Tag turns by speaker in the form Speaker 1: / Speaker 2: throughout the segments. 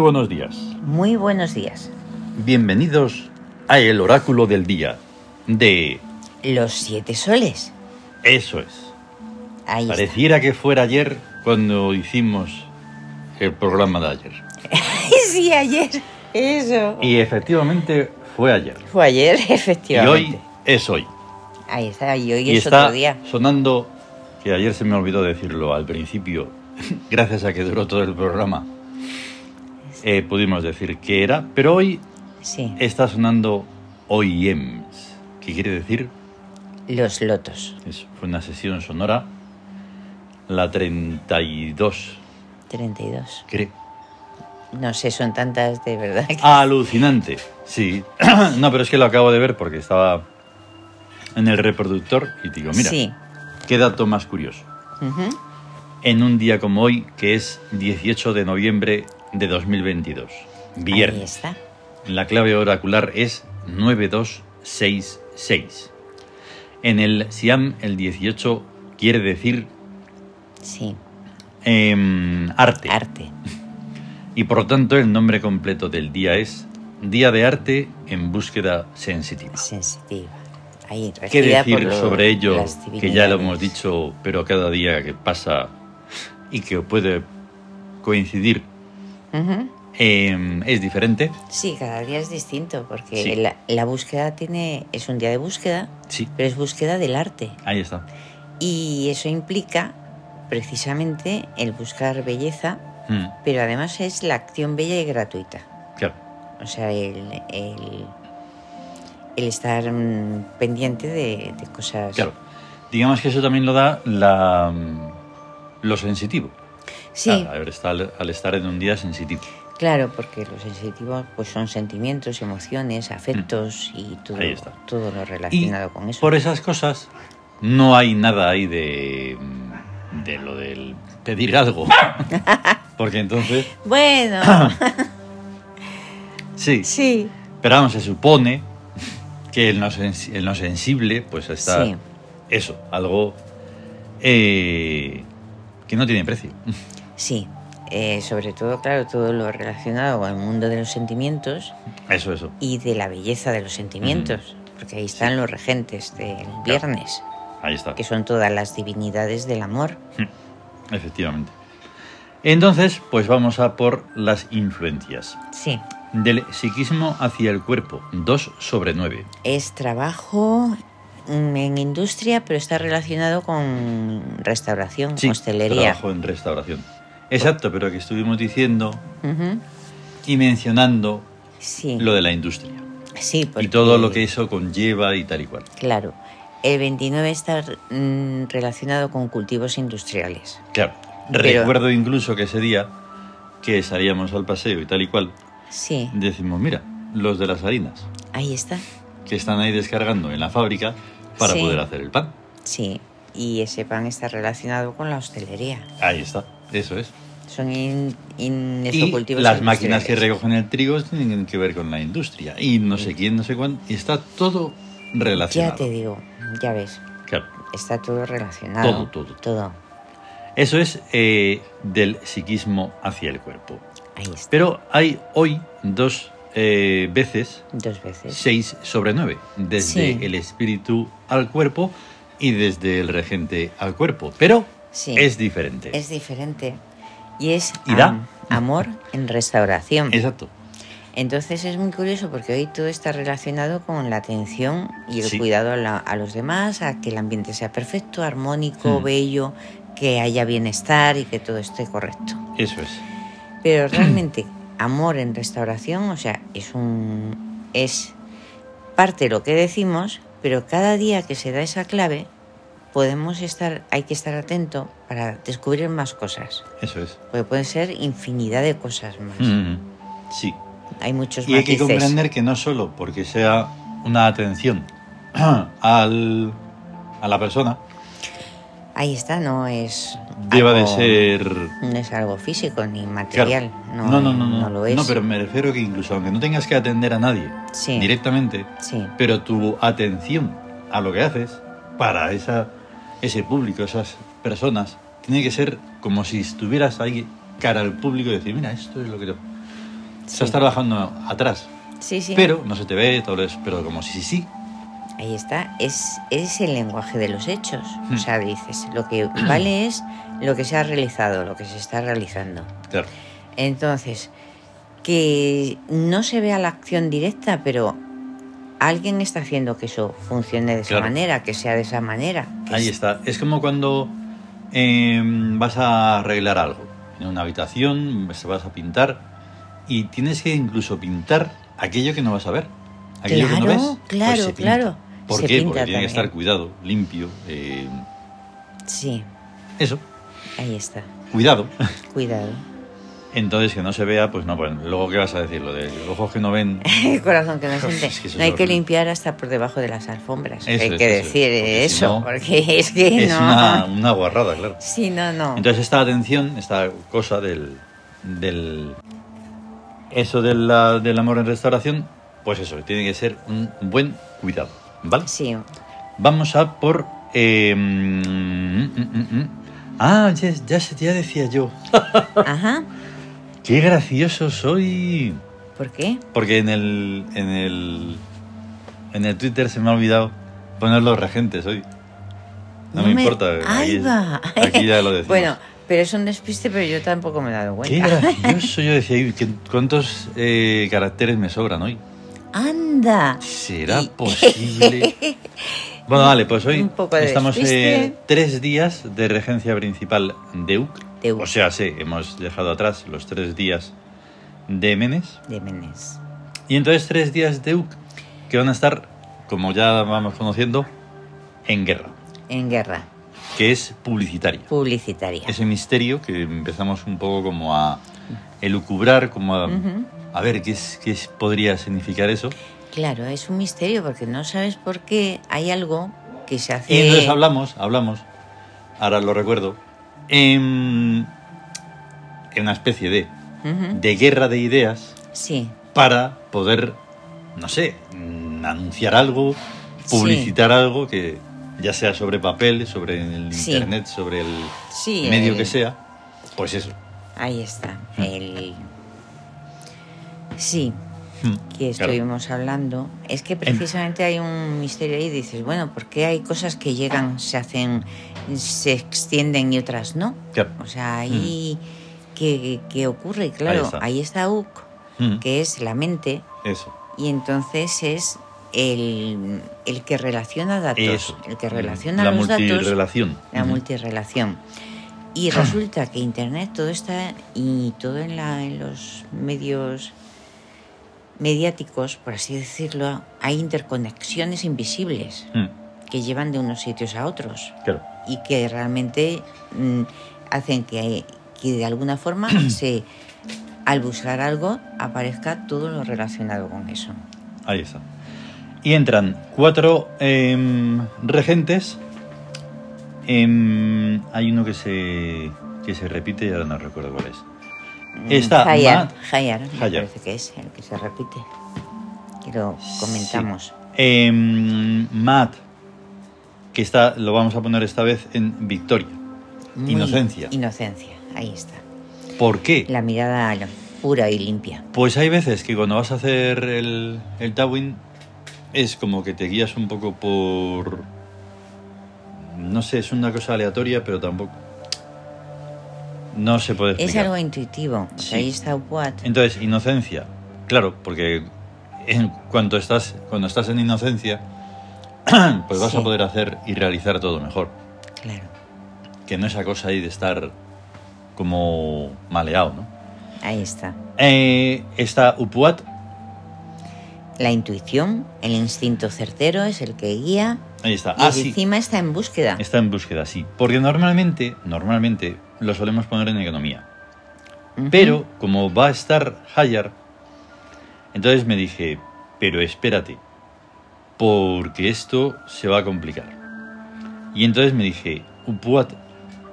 Speaker 1: buenos días.
Speaker 2: Muy buenos días.
Speaker 1: Bienvenidos a el oráculo del día de...
Speaker 2: Los siete soles.
Speaker 1: Eso es.
Speaker 2: Ahí está.
Speaker 1: Pareciera que fuera ayer cuando hicimos el programa de ayer.
Speaker 2: sí, ayer. Eso.
Speaker 1: Y efectivamente fue ayer.
Speaker 2: Fue ayer,
Speaker 1: Y
Speaker 2: efectivamente.
Speaker 1: hoy es hoy.
Speaker 2: Ahí está, y hoy
Speaker 1: y
Speaker 2: es
Speaker 1: está
Speaker 2: otro día.
Speaker 1: sonando, que ayer se me olvidó decirlo al principio, gracias a que duró todo el programa, eh, pudimos decir que era, pero hoy
Speaker 2: Sí,
Speaker 1: está sonando OIEMS, que quiere decir,
Speaker 2: los lotos.
Speaker 1: es, fue una sesión sonora, la 32,
Speaker 2: 32.
Speaker 1: creo.
Speaker 2: No sé, son tantas de verdad. que-
Speaker 1: Alucinante, sí. no, pero es que lo acabo de ver porque estaba en el reproductor y digo, mira,
Speaker 2: Sí.
Speaker 1: qué dato más curioso.
Speaker 2: Ujú.
Speaker 1: en un día como hoy, que es 18 de noviembre de 2022.
Speaker 2: Ahí
Speaker 1: Viernes.
Speaker 2: está.
Speaker 1: La clave oracular es 9266. En el Siam, el 18 quiere decir
Speaker 2: Sí,
Speaker 1: em, arte.
Speaker 2: arte.
Speaker 1: Y por tanto, el nombre completo del día es Día de Arte en Búsqueda Sensitiva.
Speaker 2: Sensitiva. Ahí,
Speaker 1: ¿Qué
Speaker 2: regida por
Speaker 1: decir
Speaker 2: lo-
Speaker 1: sobre ello?
Speaker 2: las
Speaker 1: Que ya lo
Speaker 2: divinidades.
Speaker 1: hemos dicho, pero cada día que pasa y que puede coincidir
Speaker 2: Ujú.
Speaker 1: em, es diferente.
Speaker 2: Sí, cada día es distinto porque
Speaker 1: Sí.
Speaker 2: la, la búsqueda tiene es un día de búsqueda,
Speaker 1: Sí,
Speaker 2: pero es búsqueda del arte
Speaker 1: ahí está.
Speaker 2: y eso implica precisamente el buscar belleza,
Speaker 1: Mm,
Speaker 2: pero además es la acción bella y gratuita,
Speaker 1: claro.
Speaker 2: o sea, el, el, el estar mm, pendiente de, de cosas.
Speaker 1: Claro. Digamos que eso también lo da la, mm, lo sensitivo. Ah,
Speaker 2: Sí,
Speaker 1: Al, al estar, al estar en un día sensitivo.
Speaker 2: claro, porque los sensitivos pues son sentimientos, emociones, afectos y todo,
Speaker 1: Mm. Ahí está.
Speaker 2: todo lo
Speaker 1: Y
Speaker 2: relacionado con eso.
Speaker 1: por esas cosas no hay nada ahí de, mm, de lo del pedir algo. Porque entonces,
Speaker 2: Bueno,
Speaker 1: sí.
Speaker 2: sí.
Speaker 1: Pero vamos, se supone que en lo, sens- en lo sensible pues está
Speaker 2: Sí.
Speaker 1: eso, algo eh, que no tiene precio.
Speaker 2: Sí, eh, sobre todo, claro, todo lo relacionado con el mundo de los sentimientos
Speaker 1: Eso, eso.
Speaker 2: y de la belleza de los sentimientos, porque ahí están los regentes del viernes,
Speaker 1: Ahí está.
Speaker 2: que son todas las divinidades del amor.
Speaker 1: Efectivamente. Entonces, pues vamos a por las influencias.
Speaker 2: Sí.
Speaker 1: Del psiquismo hacia el cuerpo, 2 sobre 9.
Speaker 2: Es trabajo mm, en industria, pero está relacionado con restauración, hostelería.
Speaker 1: trabajo en restauración. Exacto, pero que estuvimos diciendo
Speaker 2: Ujú.
Speaker 1: y mencionando
Speaker 2: Sí,
Speaker 1: lo de la industria.
Speaker 2: sí,
Speaker 1: Y todo lo
Speaker 2: porque-
Speaker 1: que eso conlleva y tal y cual.
Speaker 2: Claro, el 29 está mm, relacionado con cultivos industriales.
Speaker 1: Claro.
Speaker 2: Pero-
Speaker 1: Recuerdo incluso que ese día que salíamos al paseo y tal y cual,
Speaker 2: Sí,
Speaker 1: decimos, mira, los de las harinas,
Speaker 2: ahí está.
Speaker 1: que están ahí descargando en la fábrica para
Speaker 2: Sí.
Speaker 1: poder hacer el pan.
Speaker 2: Sí, y ese pan está relacionado con la hostelería.
Speaker 1: Ahí está, eso es.
Speaker 2: Son in, in- estos
Speaker 1: Y
Speaker 2: cultivos
Speaker 1: las máquinas que
Speaker 2: industriales.
Speaker 1: recogen el trigo tienen que ver con la industria. Y no sé quién, no sé cuándo. y Está todo
Speaker 2: Ya
Speaker 1: relacionado.
Speaker 2: te digo, ya ves,
Speaker 1: Claro.
Speaker 2: está todo relacionado.
Speaker 1: Todo, todo.
Speaker 2: Todo,
Speaker 1: Eso es eh, del psiquismo hacia el cuerpo.
Speaker 2: ahí está.
Speaker 1: Pero hay hoy dos eh, veces
Speaker 2: Dos veces.
Speaker 1: 6 sobre 9. Desde
Speaker 2: Sí.
Speaker 1: el espíritu al cuerpo y desde el regente al cuerpo. Pero
Speaker 2: Sí.
Speaker 1: es diferente.
Speaker 2: Es diferente. Y es
Speaker 1: Y da.
Speaker 2: am- amor en restauración.
Speaker 1: Exacto.
Speaker 2: Entonces es muy curioso porque hoy todo está relacionado con la atención y el
Speaker 1: Sí.
Speaker 2: cuidado a, la- a los demás, a que el ambiente sea perfecto, armónico,
Speaker 1: Mm.
Speaker 2: bello, que haya bienestar y que todo esté correcto.
Speaker 1: Eso es.
Speaker 2: Pero realmente, amor en restauración, o sea, es un es parte de lo que decimos, pero cada día que se da esa clave, podemos estar, hay que estar atento para descubrir más cosas.
Speaker 1: Eso es.
Speaker 2: Porque pueden ser infinidad de cosas más.
Speaker 1: Mm, Sí.
Speaker 2: Hay muchos
Speaker 1: Y hay que
Speaker 2: matices.
Speaker 1: comprender que no solo porque sea una atención al, a la persona,
Speaker 2: Ahí está, no es.
Speaker 1: deba de
Speaker 2: algo-
Speaker 1: ser...
Speaker 2: No es algo físico ni
Speaker 1: claro.
Speaker 2: material. No,
Speaker 1: no, no, no, no.
Speaker 2: lo es.
Speaker 1: No, pero me refiero que incluso aunque no tengas que atender a nadie
Speaker 2: Sí.
Speaker 1: directamente,
Speaker 2: Sí,
Speaker 1: pero tu atención a lo que haces para esa, ese público, esas personas, tiene que ser como si estuvieras ahí cara al público y decir, mira, esto es lo que yo... Estás trabajando atrás,
Speaker 2: Sí, sí.
Speaker 1: pero no se te ve, todo es, pero como sí, sí, sí.
Speaker 2: Ahí está. Es, es el lenguaje de los hechos.
Speaker 1: Mm.
Speaker 2: O sea, dices, lo que vale es lo que se ha realizado, lo que se está realizando.
Speaker 1: Claro.
Speaker 2: Entonces, que no se vea la acción directa, pero alguien está haciendo que eso funcione de esa
Speaker 1: Claro.
Speaker 2: manera, que sea de esa manera. que
Speaker 1: Ahí
Speaker 2: es-
Speaker 1: está. Es como cuando em, vas a arreglar algo en una habitación, vas vas a pintar y tienes que incluso pintar aquello que no vas a ver. Aquello que no
Speaker 2: Claro,
Speaker 1: ves. pues
Speaker 2: claro,
Speaker 1: se pinta.
Speaker 2: claro.
Speaker 1: ¿Por
Speaker 2: Se
Speaker 1: qué?
Speaker 2: pinta
Speaker 1: Porque tiene que
Speaker 2: también.
Speaker 1: estar cuidado, limpio. eh,
Speaker 2: Sí,
Speaker 1: eso,
Speaker 2: ahí está.
Speaker 1: cuidado.
Speaker 2: Cuidado.
Speaker 1: Entonces que no se vea, pues no, pues luego qué vas a decir, lo de los ojos que no ven.
Speaker 2: El corazón que no siente.
Speaker 1: Es que eso
Speaker 2: no
Speaker 1: es
Speaker 2: hay que
Speaker 1: horrible.
Speaker 2: limpiar hasta por debajo de las alfombras.
Speaker 1: Eso
Speaker 2: hay
Speaker 1: es,
Speaker 2: que
Speaker 1: eso es,
Speaker 2: decir
Speaker 1: porque si
Speaker 2: eso,
Speaker 1: no,
Speaker 2: porque es que
Speaker 1: es
Speaker 2: no.
Speaker 1: una, una guarrada, claro.
Speaker 2: Sí, no, no.
Speaker 1: Entonces esta atención, esta cosa del, del eso de la- del amor en restauración, pues eso, tiene que ser un buen cuidado, ¿vale?
Speaker 2: sí,
Speaker 1: Vamos a por... eh, mm, mm, mm, mm. Ah, ya, ya, se- ya decía yo.
Speaker 2: ajá.
Speaker 1: ¡Qué gracioso soy!
Speaker 2: ¿Por qué?
Speaker 1: Porque en el, en el, en el Twitter se me ha olvidado poner los regentes hoy. No, me, importa.
Speaker 2: Ahí
Speaker 1: aquí,
Speaker 2: va.
Speaker 1: aquí ya lo decimos.
Speaker 2: Bueno, pero es un despiste, pero yo tampoco me he dado
Speaker 1: Qué
Speaker 2: cuenta.
Speaker 1: gracioso, yo decía, "Uy, qué- ¿cuántos eh, caracteres me sobran hoy?
Speaker 2: anda.
Speaker 1: ¿Será
Speaker 2: Y-
Speaker 1: posible? Bueno, vale, pues hoy
Speaker 2: Un poco de
Speaker 1: estamos
Speaker 2: despiste.
Speaker 1: eh, tres días de regencia principal de UC.
Speaker 2: De UC.
Speaker 1: O sea, sí, hemos dejado atrás los tres días de E Menes.
Speaker 2: De Menes.
Speaker 1: Y entonces tres días de UC que van a estar, como ya vamos conociendo, en guerra,
Speaker 2: En guerra
Speaker 1: que es publicitaria.
Speaker 2: publicitaria.
Speaker 1: ese misterio que empezamos un poco como a elucubrar, como a,
Speaker 2: Ujú.
Speaker 1: a ver qué, es, qué es- podría significar eso.
Speaker 2: Claro, es un misterio porque no sabes por qué hay algo que se hace.
Speaker 1: Y entonces hablamos, hablamos, ahora lo recuerdo, en, en una especie de,
Speaker 2: Ujú.
Speaker 1: de guerra de ideas
Speaker 2: Sí,
Speaker 1: para poder, no sé, mm, anunciar algo, publicitar algo que ya sea sobre papel, sobre el
Speaker 2: Sí.
Speaker 1: internet, sobre el
Speaker 2: sí.
Speaker 1: medio
Speaker 2: el-
Speaker 1: que sea, pues eso.
Speaker 2: Ahí está. El... Sí,
Speaker 1: Mm, Claro. Em.
Speaker 2: que estuvimos hablando. Es que precisamente hay un misterio ahí. Dices, bueno, ¿por qué hay cosas que llegan, se hacen, se extienden y otras no?
Speaker 1: Claro.
Speaker 2: O sea, ahí. ¿Qué, qué ocurre? Y
Speaker 1: Hmm. Ahí
Speaker 2: Claro,
Speaker 1: está.
Speaker 2: ahí está UC,
Speaker 1: Mm,
Speaker 2: que es la mente,
Speaker 1: Eso.
Speaker 2: y entonces es el, el que relaciona datos,
Speaker 1: Eso.
Speaker 2: el que relaciona
Speaker 1: la
Speaker 2: los datos,
Speaker 1: multirrelación.
Speaker 2: la
Speaker 1: Ujú.
Speaker 2: multirrelación. Y resulta que Internet todo está y todo en, la, en los medios mediáticos, por así decirlo, hay interconexiones invisibles
Speaker 1: Mm,
Speaker 2: que llevan de unos sitios a otros
Speaker 1: Claro.
Speaker 2: y que realmente mm, hacen que, que de alguna forma se al buscar algo aparezca todo lo relacionado con eso.
Speaker 1: Ahí está. Y entran cuatro em, regentes. Em, hay uno que se, que se repite y ahora no recuerdo cuál es.
Speaker 2: Mm.
Speaker 1: Está
Speaker 2: Hayar,
Speaker 1: Matt-
Speaker 2: Hayar, me
Speaker 1: Hayar.
Speaker 2: parece que es el que se repite. Que lo comentamos.
Speaker 1: Em, Matt, que está, lo vamos a poner esta vez en Victoria.
Speaker 2: Muy
Speaker 1: Inocencia.
Speaker 2: Inocencia, ahí está.
Speaker 1: ¿Por qué?
Speaker 2: La mirada pura y limpia.
Speaker 1: Pues hay veces que cuando vas a hacer el, el Tawin es como que te guías un poco por... No sé, es una cosa aleatoria, pero tampoco... No se puede
Speaker 2: Es
Speaker 1: explicar.
Speaker 2: algo intuitivo. O sea,
Speaker 1: Sí.
Speaker 2: ahí está Watt.
Speaker 1: Entonces, inocencia. Claro, porque en cuanto estás, cuando estás en inocencia, pues vas
Speaker 2: Sí.
Speaker 1: a poder hacer y realizar todo mejor.
Speaker 2: Claro,
Speaker 1: Que no esa cosa ahí de estar como maleado, ¿no?
Speaker 2: ahí está.
Speaker 1: Eh, está Upuat,
Speaker 2: La intuición, el instinto certero es el que guía.
Speaker 1: ahí está.
Speaker 2: Y
Speaker 1: Ah, sí.
Speaker 2: encima está en búsqueda.
Speaker 1: Está en búsqueda, sí. Porque normalmente, normalmente lo solemos poner en economía.
Speaker 2: Ujú.
Speaker 1: Pero como va a estar Hayar, entonces me dije, pero espérate, porque esto se va a complicar. Y entonces me dije, Upuat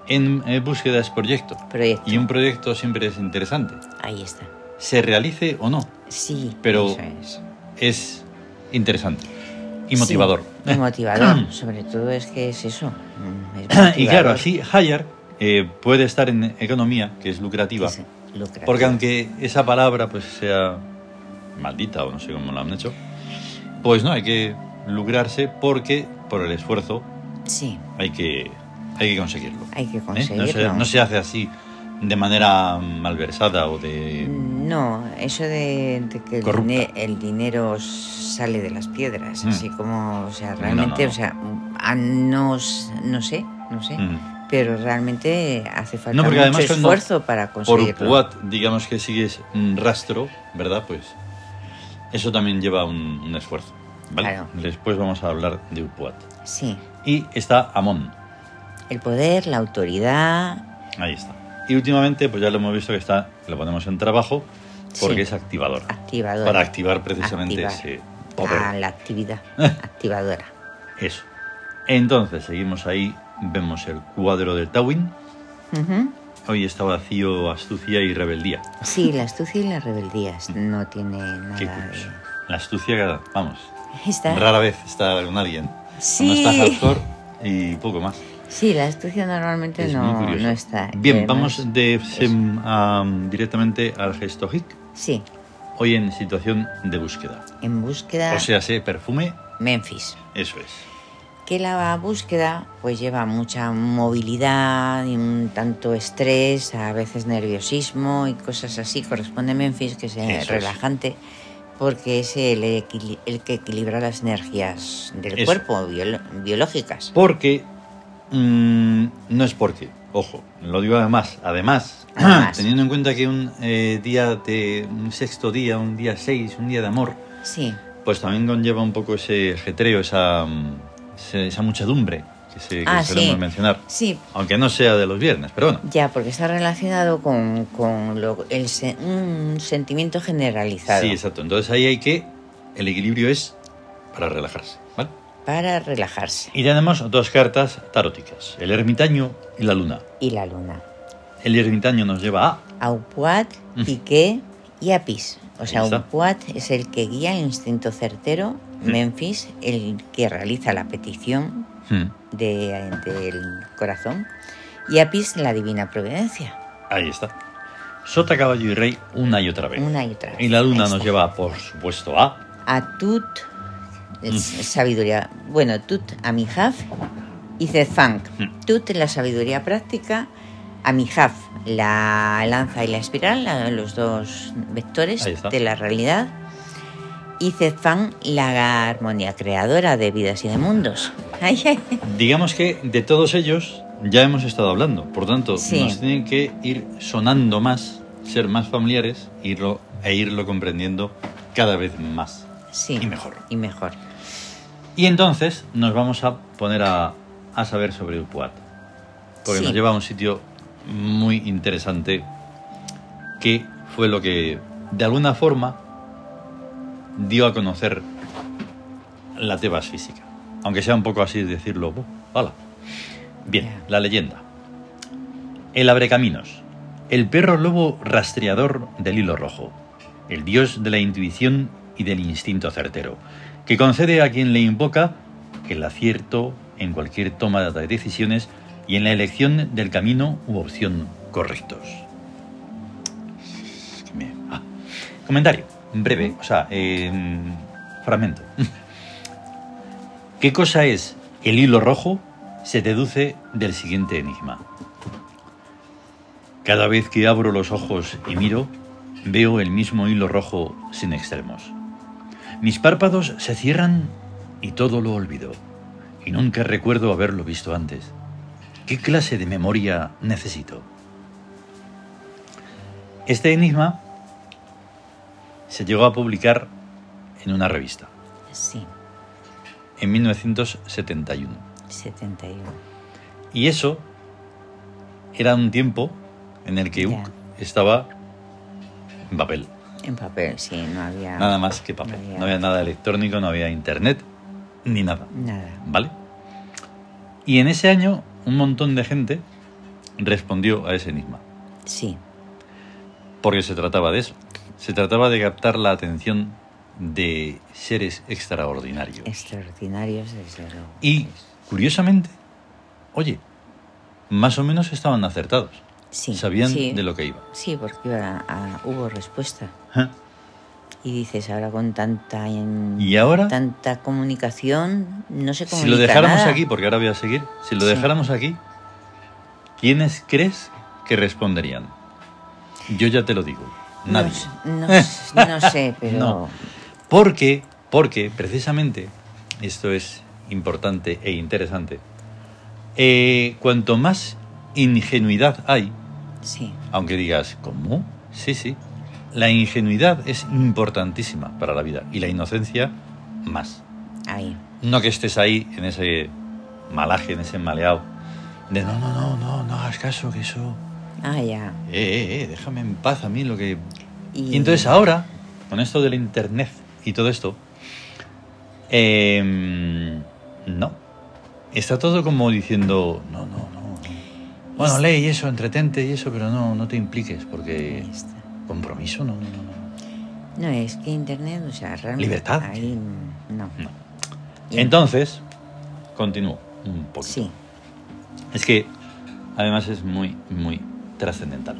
Speaker 1: en eh, búsqueda es proyecto.
Speaker 2: Proyecto.
Speaker 1: Y un proyecto siempre es interesante.
Speaker 2: Ahí está.
Speaker 1: Se realice o no,
Speaker 2: Sí,
Speaker 1: Pero-
Speaker 2: eso es.
Speaker 1: es interesante y motivador.
Speaker 2: Sí, y motivador. Sobre todo es que es eso. mm,
Speaker 1: y
Speaker 2: es motivador.
Speaker 1: claro, así Hayar eh, puede estar en economía, que es lucrativa,
Speaker 2: Sí, sí. lucrativo.
Speaker 1: Porque aunque esa palabra pues sea maldita o no sé cómo la han hecho, pues no, hay que lucrarse porque por el esfuerzo
Speaker 2: Sí,
Speaker 1: hay que, hay que conseguirlo.
Speaker 2: hay que
Speaker 1: ¿eh? No,
Speaker 2: conseguirlo.
Speaker 1: se, no se hace así de manera malversada o de...
Speaker 2: Mm, No, eso de, de que el,
Speaker 1: Corrupta.
Speaker 2: dine- el dinero sale de las piedras,
Speaker 1: Mm.
Speaker 2: así como, o sea,
Speaker 1: No,
Speaker 2: realmente,
Speaker 1: no, no.
Speaker 2: o sea, a- no, s- no sé, no sé,
Speaker 1: Mm.
Speaker 2: pero realmente hace falta
Speaker 1: No, porque
Speaker 2: mucho
Speaker 1: además cuando-
Speaker 2: esfuerzo para
Speaker 1: por
Speaker 2: conseguirlo.
Speaker 1: Upuat, digamos que sigues un rastro, ¿verdad? Pues eso también lleva un, un esfuerzo. ¿vale?
Speaker 2: Claro.
Speaker 1: Después vamos a hablar de Upuat.
Speaker 2: Sí,
Speaker 1: Y está Amon,
Speaker 2: el poder, la autoridad,
Speaker 1: ahí está. Y últimamente, pues ya lo hemos visto que está, lo ponemos en trabajo, porque
Speaker 2: Sí.
Speaker 1: es activador.
Speaker 2: activadora.
Speaker 1: Para activar precisamente
Speaker 2: Activar.
Speaker 1: ese poder.
Speaker 2: Ah, la actividad, activadora.
Speaker 1: Eso. Entonces, seguimos ahí, vemos el cuadro del Tawin.
Speaker 2: Ujú.
Speaker 1: Hoy está vacío astucia y rebeldía.
Speaker 2: Sí, la astucia y las rebeldías no tiene nada
Speaker 1: Qué
Speaker 2: de-
Speaker 1: curioso. La astucia, vamos,
Speaker 2: Está-
Speaker 1: Rara vez está con alguien.
Speaker 2: Sí.
Speaker 1: Cuando estás actor y poco más.
Speaker 2: Sí, la astucia normalmente
Speaker 1: Es muy
Speaker 2: no,
Speaker 1: curioso.
Speaker 2: no está. y
Speaker 1: Bien,
Speaker 2: además-
Speaker 1: vamos de sem- a, directamente al gesto hic.
Speaker 2: Sí,
Speaker 1: Hoy en situación de búsqueda.
Speaker 2: en búsqueda
Speaker 1: O sea, sé perfume,
Speaker 2: Memphis.
Speaker 1: eso es.
Speaker 2: Que la búsqueda pues lleva mucha movilidad y un tanto estrés, a veces nerviosismo y cosas así. Corresponde a Memphis que sea
Speaker 1: Eso es.
Speaker 2: relajante porque es el, equili- el que equilibra las energías del
Speaker 1: Eso.
Speaker 2: cuerpo biolo- biológicas.
Speaker 1: Porque. mm, no es porque, ojo, lo digo además. Además,
Speaker 2: Además.
Speaker 1: teniendo en cuenta que un eh, día de. un sexto día, un día seis, un día de amor,
Speaker 2: Sí,
Speaker 1: pues también conlleva un poco ese ajetreo, esa, mm, ese- esa muchedumbre que, se, que
Speaker 2: Ah,
Speaker 1: solemos
Speaker 2: sí.
Speaker 1: mencionar.
Speaker 2: sí,
Speaker 1: Aunque no sea de los viernes, pero bueno.
Speaker 2: ya, porque está relacionado con, con lo- el se- un sentimiento generalizado.
Speaker 1: Sí, exacto. Entonces ahí hay que. El equilibrio es para relajarse, ¿vale?
Speaker 2: para relajarse.
Speaker 1: Y tenemos dos cartas taróticas: el ermitaño y la luna.
Speaker 2: Y la luna.
Speaker 1: El ermitaño nos lleva a.
Speaker 2: A Upuat,
Speaker 1: Mm.
Speaker 2: Piqué y Apis. O sea,
Speaker 1: Ahí está.
Speaker 2: Upuat es el que guía el instinto certero,
Speaker 1: Mm.
Speaker 2: Memphis, el que realiza la petición
Speaker 1: Hmm,
Speaker 2: de- del corazón, y Apis la divina providencia.
Speaker 1: ahí está. Sota, caballo y rey, una y otra vez.
Speaker 2: Una y otra vez.
Speaker 1: Pues, Y la luna nos
Speaker 2: Ahí está.
Speaker 1: lleva, por supuesto, a.
Speaker 2: A Tut, es-
Speaker 1: Mm.
Speaker 2: sabiduría. Bueno, Tut, Amijaf y Zedfang.
Speaker 1: Mm.
Speaker 2: Tut, la sabiduría práctica. Amijaf, la lanza y la espiral, la- los dos vectores
Speaker 1: Ahí está.
Speaker 2: de la realidad. Y Zedfang, la armonía creadora de vidas y de mundos. Ay, ay, ay.
Speaker 1: Digamos que de todos ellos ya hemos estado hablando. Por tanto,
Speaker 2: Sí.
Speaker 1: nos tienen que ir sonando más, ser más familiares irlo, e irlo comprendiendo cada vez más.
Speaker 2: Sí.
Speaker 1: Y mejor.
Speaker 2: Y mejor.
Speaker 1: Y entonces nos vamos a poner a, a saber sobre Upuat. Porque
Speaker 2: Sí.
Speaker 1: nos lleva a un sitio muy interesante que fue lo que de alguna forma dio a conocer la Tebas física. Aunque sea un poco así decirlo. "Buh, hala". Bien,
Speaker 2: Ya.
Speaker 1: la leyenda. El abrecaminos. El perro lobo rastreador del hilo rojo. El dios de la intuición y del instinto certero. Que concede a quien le invoca el acierto en cualquier toma de decisiones y en la elección del camino u opción correctos. Me- ah. Comentario, breve, o sea, eh, fragmento. ¿Qué cosa es el hilo rojo? Se deduce del siguiente enigma. Cada vez que abro los ojos y miro, veo el mismo hilo rojo sin extremos. Mis párpados se cierran y todo lo olvido. Y nunca recuerdo haberlo visto antes. ¿Qué clase de memoria necesito? Este enigma se llegó a publicar en una revista
Speaker 2: Sí,
Speaker 1: en 1971.
Speaker 2: 71.
Speaker 1: Y eso era un tiempo en el que
Speaker 2: Ya.
Speaker 1: Uc estaba en papel,
Speaker 2: En papel, sí, no había.
Speaker 1: nada más que papel.
Speaker 2: Había-
Speaker 1: No había nada electrónico, no había internet, ni nada.
Speaker 2: Nada.
Speaker 1: ¿Vale? Y en ese año un montón de gente respondió a ese enigma,
Speaker 2: Sí,
Speaker 1: porque se trataba de eso. Se trataba de captar la atención de seres extraordinarios.
Speaker 2: extraordinarios, desde luego.
Speaker 1: Y, curiosamente, oye, más o menos estaban acertados.
Speaker 2: Sí,
Speaker 1: Sabían
Speaker 2: sí.
Speaker 1: de lo que iba.
Speaker 2: Sí, porque iba a- hubo respuesta.
Speaker 1: Ajá.
Speaker 2: Y dices, ahora con tanta, em,
Speaker 1: Y ahora,
Speaker 2: tanta comunicación, no se comunica
Speaker 1: si lo dejáramos
Speaker 2: nada.
Speaker 1: aquí, porque ahora voy a seguir, si lo
Speaker 2: Sí.
Speaker 1: dejáramos aquí, ¿quiénes crees que responderían? Yo ya te lo digo,
Speaker 2: No
Speaker 1: nadie.
Speaker 2: s- No, s- no sé, pero...
Speaker 1: No. Porque, porque precisamente, esto es importante e interesante, eh, cuanto más ingenuidad hay,
Speaker 2: Sí,
Speaker 1: aunque digas, ¿cómo? Sí, sí, la ingenuidad es importantísima para la vida y la inocencia más.
Speaker 2: ahí.
Speaker 1: No que estés ahí en ese malaje, en ese maleado, de no, no, no, no, no hagas caso, que eso...
Speaker 2: Ah, ya.
Speaker 1: Eh, eh, eh, déjame en paz a mí lo que
Speaker 2: Y,
Speaker 1: y entonces ahora, con esto del internet y todo esto, em, no. Está todo como diciendo, no, no, no. no. Bueno,
Speaker 2: Es-
Speaker 1: lee y eso, entretente y eso, pero no, no te impliques, porque
Speaker 2: Ahí está.
Speaker 1: compromiso no, no, no, no.
Speaker 2: No, es que internet, o sea, realmente...
Speaker 1: Libertad.
Speaker 2: Ahí, no.
Speaker 1: No.
Speaker 2: Y-
Speaker 1: Entonces, continúo un poco.
Speaker 2: Sí,
Speaker 1: Es que además es muy, muy trascendental.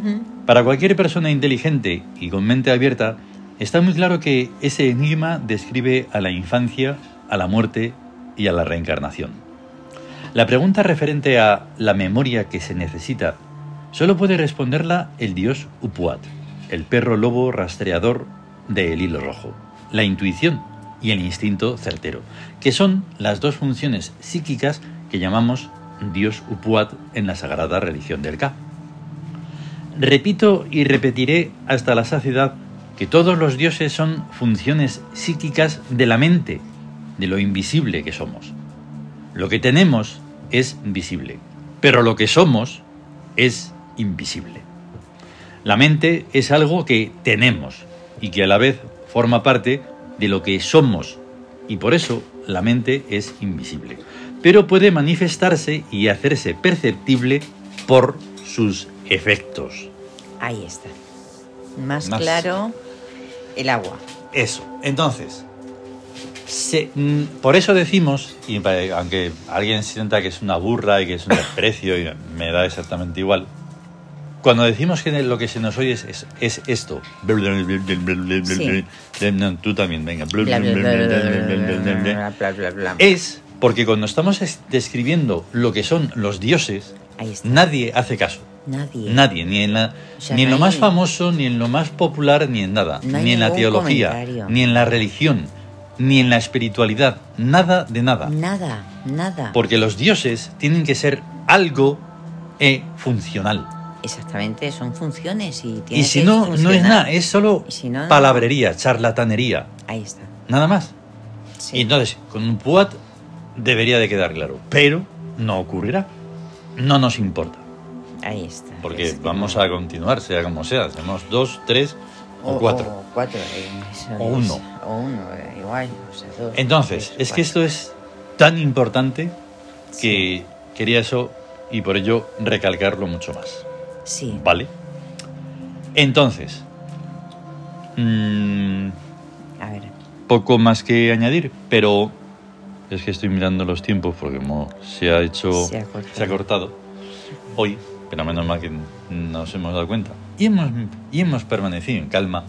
Speaker 2: Ujú.
Speaker 1: Para cualquier persona inteligente y con mente abierta, está muy claro que ese enigma describe a la infancia, a la muerte y a la reencarnación. La pregunta referente a la memoria que se necesita solo puede responderla el dios Upuat, el perro lobo rastreador del hilo rojo, la intuición y el instinto certero, que son las dos funciones psíquicas que llamamos dios Upuat en la sagrada religión del Ka. Repito y repetiré hasta la saciedad que todos los dioses son funciones psíquicas de la mente, de lo invisible que somos. Lo que tenemos es visible, pero lo que somos es invisible. La mente es algo que tenemos y que a la vez forma parte de lo que somos y por eso la mente es invisible, pero puede manifestarse y hacerse perceptible por sus efectos.
Speaker 2: ahí está. Más,
Speaker 1: Más.
Speaker 2: claro, el agua.
Speaker 1: Eso. Entonces, se- mm, por eso decimos, y pa- aunque alguien sienta que es una burra y que es un desprecio, y me da exactamente igual, cuando decimos que lo que se nos oye es, es, es esto.
Speaker 2: Sí.
Speaker 1: No, Tú también, venga.
Speaker 2: Bla, bla, bla, bla, bla, bla, bla,
Speaker 1: É
Speaker 2: bla, bla.
Speaker 1: Es porque cuando estamos es- describiendo lo que son los dioses,
Speaker 2: Ahí está.
Speaker 1: nadie hace caso.
Speaker 2: Nadie.
Speaker 1: Nadie, ni en, la,
Speaker 2: O sea,
Speaker 1: ni en lo
Speaker 2: no hay-
Speaker 1: más famoso, ni en lo más popular, ni en nada,
Speaker 2: No hay
Speaker 1: ni en la
Speaker 2: ningún
Speaker 1: teología,
Speaker 2: comentario.
Speaker 1: ni en la religión, ni en la espiritualidad, nada de nada.
Speaker 2: Nada, nada.
Speaker 1: Porque los dioses tienen que ser algo e funcional.
Speaker 2: Exactamente, son funciones y tiene
Speaker 1: Y si
Speaker 2: que
Speaker 1: no, no es
Speaker 2: funcionar.
Speaker 1: nada, es solo
Speaker 2: Y si no, no.
Speaker 1: palabrería, charlatanería,
Speaker 2: Ahí está.
Speaker 1: nada más.
Speaker 2: Sí.
Speaker 1: Y entonces, con un puat debería de quedar claro, pero no ocurrirá. No nos importa,
Speaker 2: Ahí está.
Speaker 1: porque
Speaker 2: Es que
Speaker 1: vamos
Speaker 2: no.
Speaker 1: a continuar, sea como sea, hacemos dos, tres o, cuatro.
Speaker 2: O, cuatro, eh, eso
Speaker 1: O
Speaker 2: es-
Speaker 1: uno.
Speaker 2: O uno, eh, igual. o sea, dos,
Speaker 1: Entonces,
Speaker 2: tres,
Speaker 1: es que
Speaker 2: cuatro.
Speaker 1: esto es tan importante que
Speaker 2: Sí.
Speaker 1: quería eso y por ello recalcarlo mucho más.
Speaker 2: Sí,
Speaker 1: ¿Vale? Entonces, mm,
Speaker 2: a ver.
Speaker 1: poco más que añadir, pero es que estoy mirando los tiempos porque como se ha hecho,
Speaker 2: Se ha cortado.
Speaker 1: cortado hoy, pero menos mal que nos hemos dado cuenta y hemos, y hemos permanecido en calma.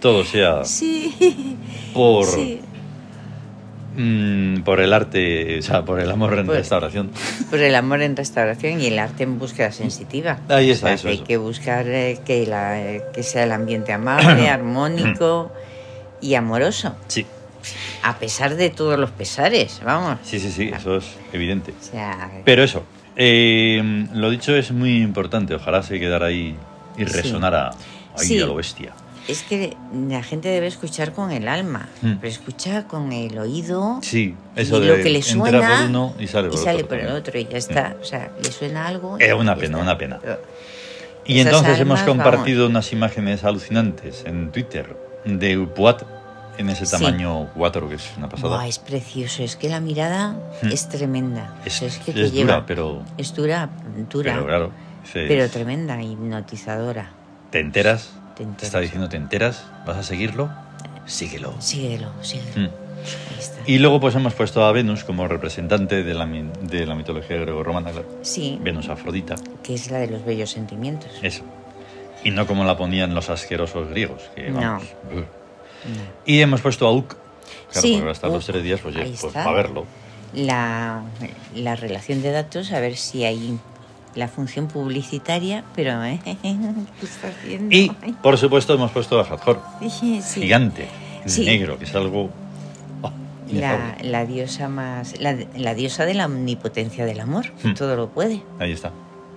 Speaker 1: Todo sea
Speaker 2: Sí.
Speaker 1: por...
Speaker 2: Sí.
Speaker 1: Mm, por el arte, o sea, por el amor en
Speaker 2: Pues-
Speaker 1: restauración.
Speaker 2: Por el amor en restauración y el arte en búsqueda sensitiva.
Speaker 1: Ahí está,
Speaker 2: O sea,
Speaker 1: eso,
Speaker 2: que Hay
Speaker 1: eso.
Speaker 2: que buscar eh, que, la, eh, que sea el ambiente amable, armónico y amoroso,
Speaker 1: Sí,
Speaker 2: a pesar de todos los pesares, vamos.
Speaker 1: sí, sí, sí, eso es evidente.
Speaker 2: O sea,
Speaker 1: Pero eso, eh, lo dicho es muy importante, ojalá se quedara ahí y
Speaker 2: Sí.
Speaker 1: resonara ahí
Speaker 2: Sí.
Speaker 1: a lo bestia.
Speaker 2: es que la gente debe escuchar con el alma,
Speaker 1: Mm.
Speaker 2: pero escucha con el oído
Speaker 1: Sí, eso
Speaker 2: Y
Speaker 1: de
Speaker 2: lo que le
Speaker 1: entra
Speaker 2: suena
Speaker 1: por uno y sale por
Speaker 2: y
Speaker 1: otro.
Speaker 2: sale por el
Speaker 1: también. Mm.
Speaker 2: otro y ya está. O sea, le suena algo.
Speaker 1: Es
Speaker 2: y
Speaker 1: una
Speaker 2: ya
Speaker 1: pena,
Speaker 2: está.
Speaker 1: una pena.
Speaker 2: Pero-
Speaker 1: Y
Speaker 2: Esas
Speaker 1: entonces hemos
Speaker 2: almas, vamos.
Speaker 1: compartido unas imágenes alucinantes en Twitter de Upuat en ese
Speaker 2: Sí.
Speaker 1: tamaño 4, que es una pasada.
Speaker 2: Buah, es precioso, es que la mirada
Speaker 1: Mm.
Speaker 2: es tremenda. O
Speaker 1: es
Speaker 2: sea, es que te
Speaker 1: es
Speaker 2: lleva.
Speaker 1: dura, pero,
Speaker 2: Es dura, dura,
Speaker 1: pero
Speaker 2: pero,
Speaker 1: claro. es-
Speaker 2: tremenda, hipnotizadora.
Speaker 1: ¿Te enteras?
Speaker 2: Te
Speaker 1: Te está
Speaker 2: enteras.
Speaker 1: diciendo, ¿te enteras? ¿Vas a seguirlo? Síguelo.
Speaker 2: Síguelo,
Speaker 1: Mm.
Speaker 2: síguelo. Ahí está.
Speaker 1: Y luego pues hemos puesto a Venus como representante de la, mi- de la mitología greco-romana, claro.
Speaker 2: Sí,
Speaker 1: Venus Afrodita,
Speaker 2: que es la de los bellos sentimientos.
Speaker 1: eso. Y no como la ponían los asquerosos griegos, que
Speaker 2: No.
Speaker 1: vamos... ugh.
Speaker 2: No.
Speaker 1: Y hemos puesto a Uk. Claro,
Speaker 2: Sí,
Speaker 1: porque hasta los
Speaker 2: Uk.
Speaker 1: tres días, pues, ya,
Speaker 2: Ahí
Speaker 1: pues
Speaker 2: está.
Speaker 1: para verlo.
Speaker 2: La, la relación de datos, a ver si hay la función publicitaria, pero... ¿eh? ¿Qué está haciendo?
Speaker 1: Y, por supuesto, hemos puesto a Hathor,
Speaker 2: Sí, sí.
Speaker 1: gigante,
Speaker 2: Sí.
Speaker 1: negro, que es algo... oh,
Speaker 2: La,
Speaker 1: inefable.
Speaker 2: la diosa más... La, la diosa de la omnipotencia del amor.
Speaker 1: Hmm.
Speaker 2: Todo lo puede.
Speaker 1: Ahí está,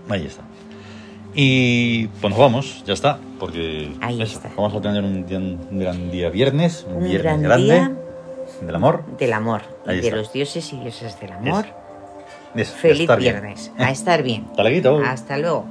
Speaker 1: ahí está. Y pues nos vamos, ya está, porque
Speaker 2: Ahí
Speaker 1: eso,
Speaker 2: está.
Speaker 1: vamos a tener un, día- un gran día viernes, un,
Speaker 2: Un
Speaker 1: viernes
Speaker 2: gran
Speaker 1: grande
Speaker 2: día.
Speaker 1: del amor.
Speaker 2: Del amor. y
Speaker 1: Ahí
Speaker 2: de
Speaker 1: está.
Speaker 2: los dioses y diosas del amor.
Speaker 1: Eso, ya
Speaker 2: Feliz
Speaker 1: está bien.
Speaker 2: viernes. A estar bien.
Speaker 1: Hasta luego.
Speaker 2: Hasta luego.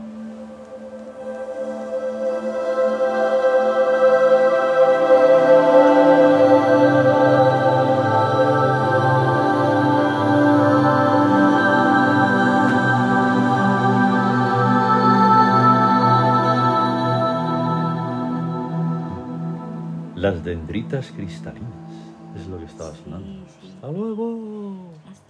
Speaker 1: Las dendritas cristalinas, es lo que estaba sonando. Hasta luego.
Speaker 2: Hasta